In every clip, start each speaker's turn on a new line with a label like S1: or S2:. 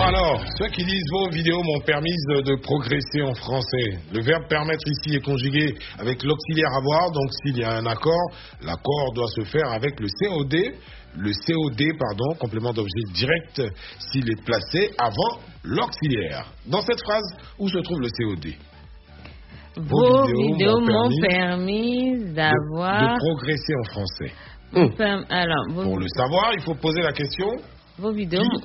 S1: alors, ceux qui disent vos vidéos m'ont permis de, de progresser en français. Le verbe permettre ici est conjugué avec l'auxiliaire avoir, donc s'il y a un accord, l'accord doit se faire avec le COD, le COD, pardon, complément d'objet direct, s'il est placé avant l'auxiliaire. Dans cette phrase, où se trouve le COD
S2: Vos vidéos m'ont permis
S1: de,
S2: d'avoir.
S1: de progresser en français.
S2: Perm- Alors, vos,
S1: Pour le savoir, il faut poser la question
S2: vos vidéos.
S1: qui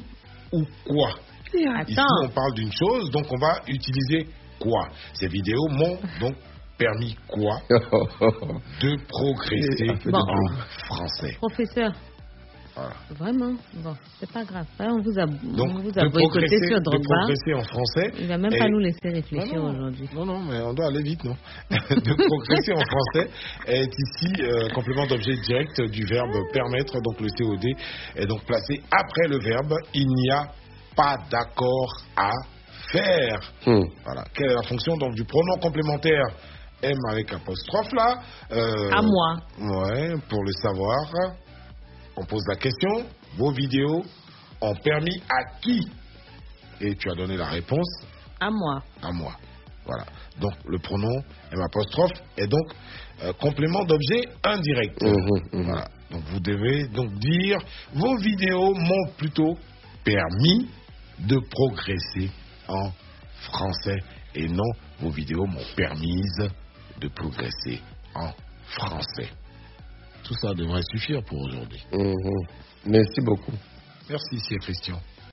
S1: ou quoi Ici, on
S2: Attends,
S1: parle d'une chose, donc on va utiliser quoi Ces vidéos m'ont donc permis quoi
S3: Hmm,
S1: De progresser
S2: Bon.
S1: en français.
S2: professeur.
S1: Voilà.
S2: Vraiment, bon, c'est pas grave. Hein, On vous a,
S1: Donc,
S2: on vous a
S1: de
S2: boycotté
S1: progresser,
S2: sur
S1: de
S2: Drogba. Mm.
S1: progresser en français.
S2: Il va même
S1: et-
S2: pas nous laisser
S1: Non,
S2: réfléchir
S1: non,
S2: aujourd'hui.
S1: non, non, mais on doit aller vite, non De progresser en français est ici euh, complément d'objet direct du verbe
S2: Mm.
S1: permettre, donc le COD est donc placé après le verbe. Il n'y a pas d'accord à faire.
S3: hmm,
S1: Voilà. Quelle est la fonction donc du pronom complémentaire M avec apostrophe là euh,
S2: À moi.
S1: Ouais, pour le savoir, on pose la question. Vos vidéos ont permis à qui Et tu as donné la réponse
S2: À moi.
S1: à moi. Voilà. Donc le pronom M apostrophe est donc euh, complément d'objet indirect. Voilà. Donc vous devez donc dire vos vidéos m'ont plutôt permis de progresser en français et non vos vidéos m'ont permise de progresser en français. Tout ça devrait suffire pour aujourd'hui.
S3: Mhm. hmm. Merci beaucoup.
S1: Merci, c'est Christian.